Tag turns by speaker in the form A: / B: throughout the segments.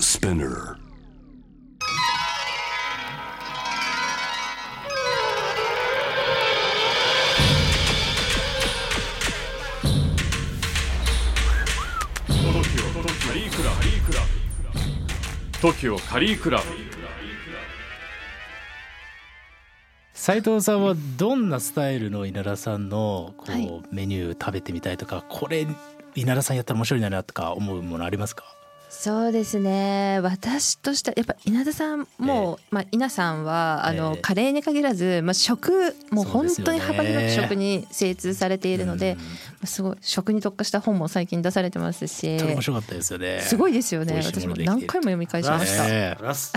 A: Spinner.
B: カリークラブトキオカリークラブ
C: 斉藤さんはどんなスタイルの稲田さんのこう、
D: はい
C: メニュー食べてみたいとかこれ稲田さんやったら面白いなとか思うものありますか
D: そうですね私としてはやっぱ稲田さんも、まあ、稲さんはあの、
C: ええ
D: カレーに限らず、まあ、食もう
C: そう
D: 本
C: ですよ
D: 当
C: ね
D: に幅広く食に精通されているので、
C: うん
D: まあすごい食に特化した本も最近出されてますし
C: 本当に面白かったですよね
D: すごいですよ
C: 美
D: ね
C: 味しい
D: 私
C: ものできて
D: も
C: る
D: 何回も読み返しました、
C: ね
E: ラス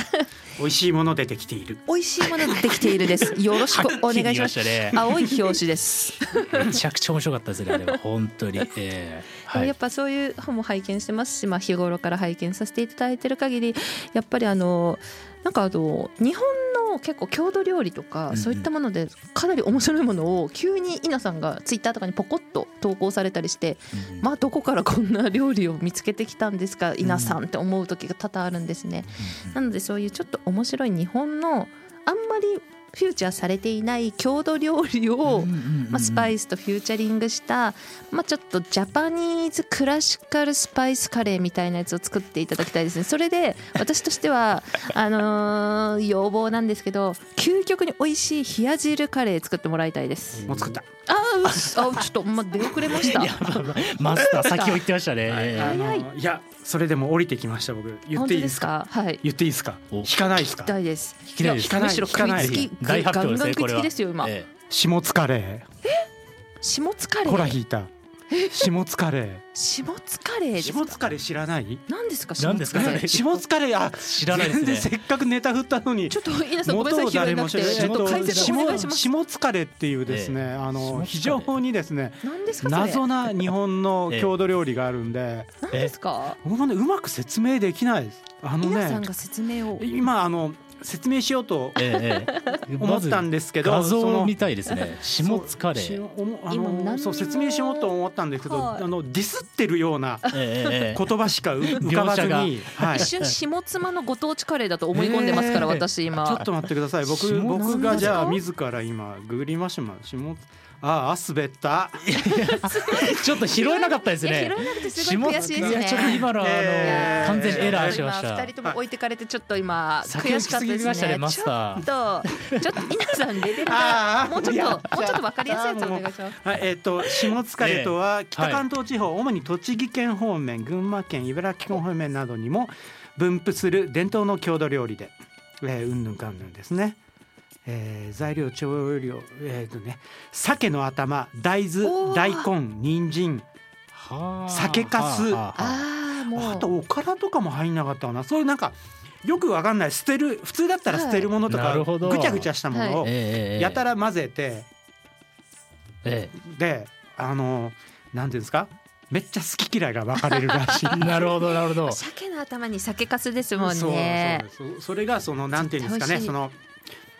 E: 美味しいもの出てきている
D: 美味しいものできているですよろしくお
C: はっ
D: 願いします
C: きり言いましたね
D: 青い表紙です、
C: めちゃくちゃ面白かったですねあれは本当に、えーは
D: やっ
C: い、
D: ぱそういう本も拝見してますし、まあ、日頃から拝見させていただいてる限りやっぱりあのなんかあの日本の結構郷土料理とか、
C: うんうん
D: そういったものでかなり面白いものを急に稲さんがツイッターとかにポコッと投稿されたりして、
C: うん
D: まあどこからこんな料理を見つけてきたんですか稲さんって思う時が多々あるんですね。なのでそういうちょっと面白い日本のあんまりフューチャーされていない郷土料理を、
C: うんうんうんうん
D: まあ、スパイスとフューチャリングした、まあ、ちょっとジャパニーズクラシカルスパイスカレーみたいなやつを作っていただきたいですねそれで私とし てはあのー要望なんですけど究極に美味しい冷や汁カレー作ってもらいたいです
E: もう作った
D: あーうっすあちょっと、まあ、出遅れました
C: マスター先を言ってましたね、え
E: あ
C: ー
E: のいやそれでも降りてきました僕言っ
D: 本
E: て
D: 当
E: いい
D: で
E: です
D: す
E: か
D: かはい
E: 言っていいですか
C: お
E: 引かないですか
D: 痛いです
C: 聞きたいです
E: 聞かない
D: むしろ
E: 聞か
D: 食い
E: ない
D: つきガン
C: 大発
D: ガ
C: 表
D: ン
C: ですね
D: 食
C: これは
D: いつきですよ今
C: え
E: 下津カレ
D: 下津カレ
E: ーほら
D: ー
E: 引いた下 津カレー
D: 下津カレーです
E: 下
D: か
E: 津カレー知らない
D: 何ですか
C: ー何ですか
D: 下
C: そ
D: 津カレ
C: れ
D: ー
E: 下津カレーあ
C: 知らないですね
E: 全然せっかくネタ振ったのに
D: ちょっと稲さんごめんなさい
E: 元を
D: 広
E: 誰
D: いな
E: も
D: く
E: 知ら
D: て
E: ない
D: ちょっと解説お願いします
E: 下津カレーっていうですね、
C: え下津カ
E: あ
C: レ
E: の
C: ー
E: 非常にですね
D: 何ですか それ
E: 謎な日 本の郷土料理があるんで、
D: 何ですか
E: 僕もねうまく説明できないですあの
D: 皆
E: ね
D: さんが説明を
E: 今あの説明しようと
C: えええ
E: 思ったんですけど、
C: 画像
E: そ
C: を
E: の
C: 見たいですね下津カレ
E: し
C: ー、
E: おもあ
D: 今何にも
E: のそう説明しようと思ったんですけど、
D: はい
E: あのディスってるような
C: ええええ
E: 言葉しかう浮かばず
C: 描
E: に、はい、
D: 一
E: ち
D: 瞬下妻のご当地カレーだと思い込んでますから
E: えー
D: 私今
E: ょっと待ってください僕
C: 下
E: 僕
D: なん
E: が
D: です
E: じ
D: か
E: ゃあ自ら今ググりましょう下ああ滑った
C: ちょっと拾えなかったです
D: いや拾え
C: ね
D: なくてすごい悔しいです
C: いやちょっと
D: ね
C: 今のあの、
E: ええ
C: 完全にエラーしまし
D: 今
C: た
D: 二人とも置いてかれてちょっと今
C: 先を
D: 悔
C: 行
D: し
C: き
D: かっ
C: 過
D: た
C: ぎ
D: です
C: ましたね
D: ね
C: マスター
D: ちょっとちょっと皆さんレベルが
E: あー
D: もうちょっと
E: いや
D: もうちょっとわかりやすいやつお願いします
E: はい、えっ、と下津れとは北関東地方、主に栃木県方面群馬県茨城県方面などにも分布する伝統の郷土料理で、えー、うんぬんかんぬんですね、えー材料調味料えっ、とね鮭の頭大
D: お
E: 豆
D: ー
E: 大根人参
C: はあ
E: 酒粕
C: はあはあ
D: ああも
E: あ
D: う
E: とおからとかも入んなかったかなそういうなんかよくわかんない捨てる普通だったら捨てるものと
C: はいな
E: か、
C: るほど
E: ぐちゃぐちゃしたものを
C: ええええ
E: やたら混ぜて
C: え
E: であのなんていうんですかめっちゃ好き嫌いが分かれるらしい
C: えなるほどなるほど
D: 鮭の頭に酒粕ですもん
E: そう
D: ね
E: そうそそれがそのなんていうんですかね
D: 絶
E: そ
D: 対
E: の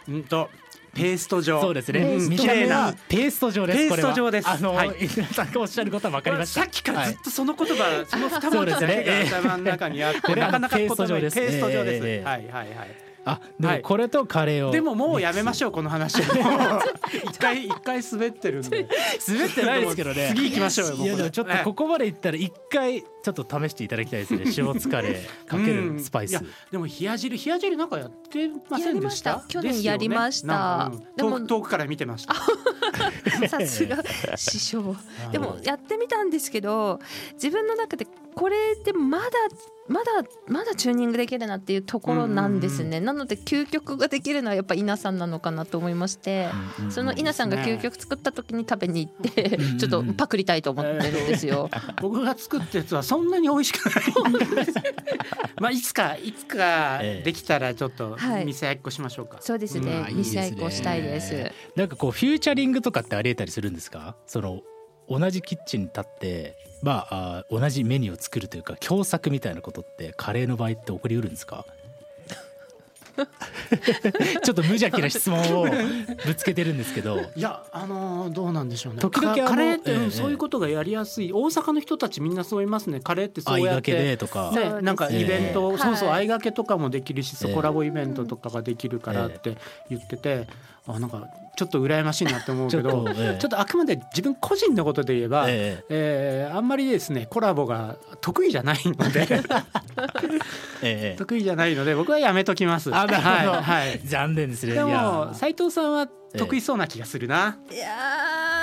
E: うんとペースト状
C: そうですね
E: ん
C: 見
E: 綺
C: た目
E: 麗
C: は
E: な
C: ペースト状です
E: ペース
C: これは
E: ト状です
C: あの、
E: はい
C: 皆さんがおっしゃることは分かりました
E: さっきからずっ
C: はい
E: とその言葉、その二
C: そう
E: 文
C: で
E: 字
C: す
E: だ
C: ね
E: け
C: え
E: が
C: え
E: 頭の中にあって、
C: これは
E: なかなか
C: ペー
E: 言
C: スト
E: 葉
C: 状で
E: に
C: す
E: ペースト状です、
C: ええええええ
E: はいはいはい
C: あでも
E: はい
C: これとカレーを
E: でももうやめましょうこの話もう一回一回滑ってるんで
C: 滑ってないですけどね
E: 次行きましょうよ
C: いやでもちょっとここまで行ったら一回ちょっと試していただきたいです ね塩疲れかけるスパイス、
E: うんいやでも冷や汁冷や汁なんかやってませんでした
D: やりました去年やりました
E: ですよね
D: で
E: なんか
D: も
E: うん遠く遠くから見てました
D: さすが師匠でもやってみたんですけど自分の中でこれでまだまだまだチューニングできるなっていうところなんですね、なので究極ができるのはやっぱ稲さんなのかなと思いまして、
C: うんうん
D: その稲さんが究極作った時に食べに行って、ちょっとパクりたいと思ってるんですよ。
E: 僕が作ったやつはそんなに美味しくない まあいつかいつか
C: ええ
E: できたらちょっと
D: はい
E: 店開っこしましょうか、
D: そうです
C: う
D: ね
C: わ、いいで
D: 二
C: す
D: 試
C: ね
D: 合以降したいです。
C: なんかこうフューチャリングとかってありえたりするんですかその同じキッチンに立ってまああー同じ メニューを作るというか共作みたいなことってカレーの場合って起こりうるんですかちょっと無邪気な質問 をぶつけてるんですけど
E: いやあのーどうなんでしょうね
C: 時々
E: か
C: あの
E: カレーって、うん
C: ええ
E: そういうことがやりやすい大阪の人たちみんなそう言いますねカレーってそ
C: 相
E: うや
C: 掛
E: っ
C: けで
E: て
C: とか、
D: そうです
E: ね、
D: ね
E: なんかイベント、
D: はい
E: そうそう相掛けとかもできるし、
C: ええ
E: コラボイベントとかができるからって言ってて、あなんかちょっと羨ましいなって思うけ どちょ,、
C: ええ
E: っとあくまで自分個人のことで言えば、え
C: え
E: ーあんまりですねコラボが得意じゃない ので
C: えええ
E: 得意じゃないので僕はやめときます。
C: あなるほど
E: はいはい
C: 残念ですねい
E: でも
C: や
E: 斉藤さんは得意そうな気がするな。
D: いや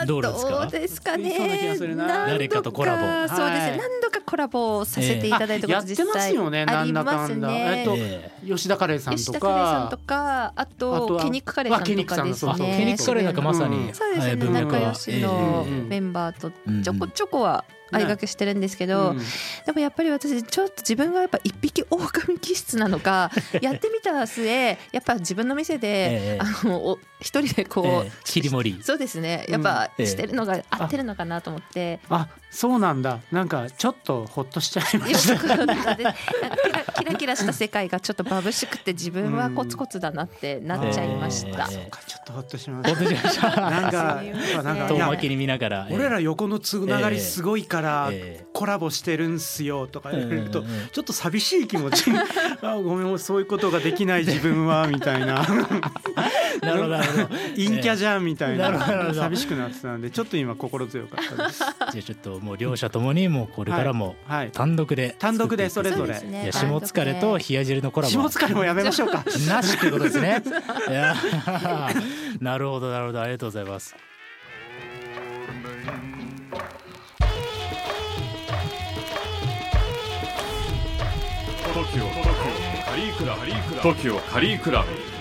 D: ー
C: ど
D: ど
C: う
D: う
C: ですか
D: ですか
E: そうな気が
D: ね
E: するな
D: 何度
C: 誰かとコラボ
D: かそうです
E: はい
D: ね何度かコラボさせていただいたこ
E: や
D: と
E: って
D: 実
E: ます
D: 際
E: よね
D: あ
E: な
D: り
E: んだ
D: ま
E: か
D: す
E: んだ。
D: ね
E: えっと、
C: え
E: 吉田カレーさんと
D: 吉田カレーさんと
E: か。
D: かあ
E: あと
D: と
E: は
D: ケニックカレーさんとかです
E: わ
C: あ
E: ケニックさんそうそう
C: ケニッ
D: ね
C: クカレーなんかまさに、
D: そうですね
E: 文化
D: 仲良しのメンバーと
C: ええ
D: ちょこちょこは相掛けしてるんですけど、
E: うん
D: でもやっぱり私ちょっと自分がやっぱ一匹狼気質なのかやってみた末やっぱ自分の店
C: ええ
D: で、あのお一人でこう、
C: ええ切り盛り
D: そうですね
E: うん
D: やっぱ
C: ええ
D: してるのが合ってるのかなと思って。
E: あそうなんだなんかちょっとほっとしちゃいま
D: よ
E: した
D: くなんかねキラキラキラした世界がちょっと眩しくて自分はコツコツだなってなっちゃいました
C: え。え
E: なんかちょっとほっとしま
C: 本
E: し
C: 当にしました
E: たなんか
D: そういう
E: やっぱなんか
C: 遠
E: いや
C: 巻きに見ながら、ええ
E: 俺ら横のつながりすごいから
C: ええ
E: コラボしてるんすよとか言われる
C: う
E: と
C: んうんうん
E: ちょっと寂しい気持ち あごめんもうそういうことができない自 分はみたいな
C: なるほどなるほど
E: 陰キャじゃんみたい
C: なるほどなるほ
E: な
C: ど
E: 寂しくなってたんでちょっと今心強かった です
C: じゃあちょっともう両者ともにもうこれからも
E: はい
C: 単独で
E: 単独でそれ
D: そ
E: ぞ
D: うで
E: れ
D: すね
C: いや下疲れと冷や汁のコラボ
E: 下疲れもやめましょうか
C: なしということですね。いやー なるほどなるほどありがとうございます。
B: TOKIO カリークラブ TOKIO カリークラブ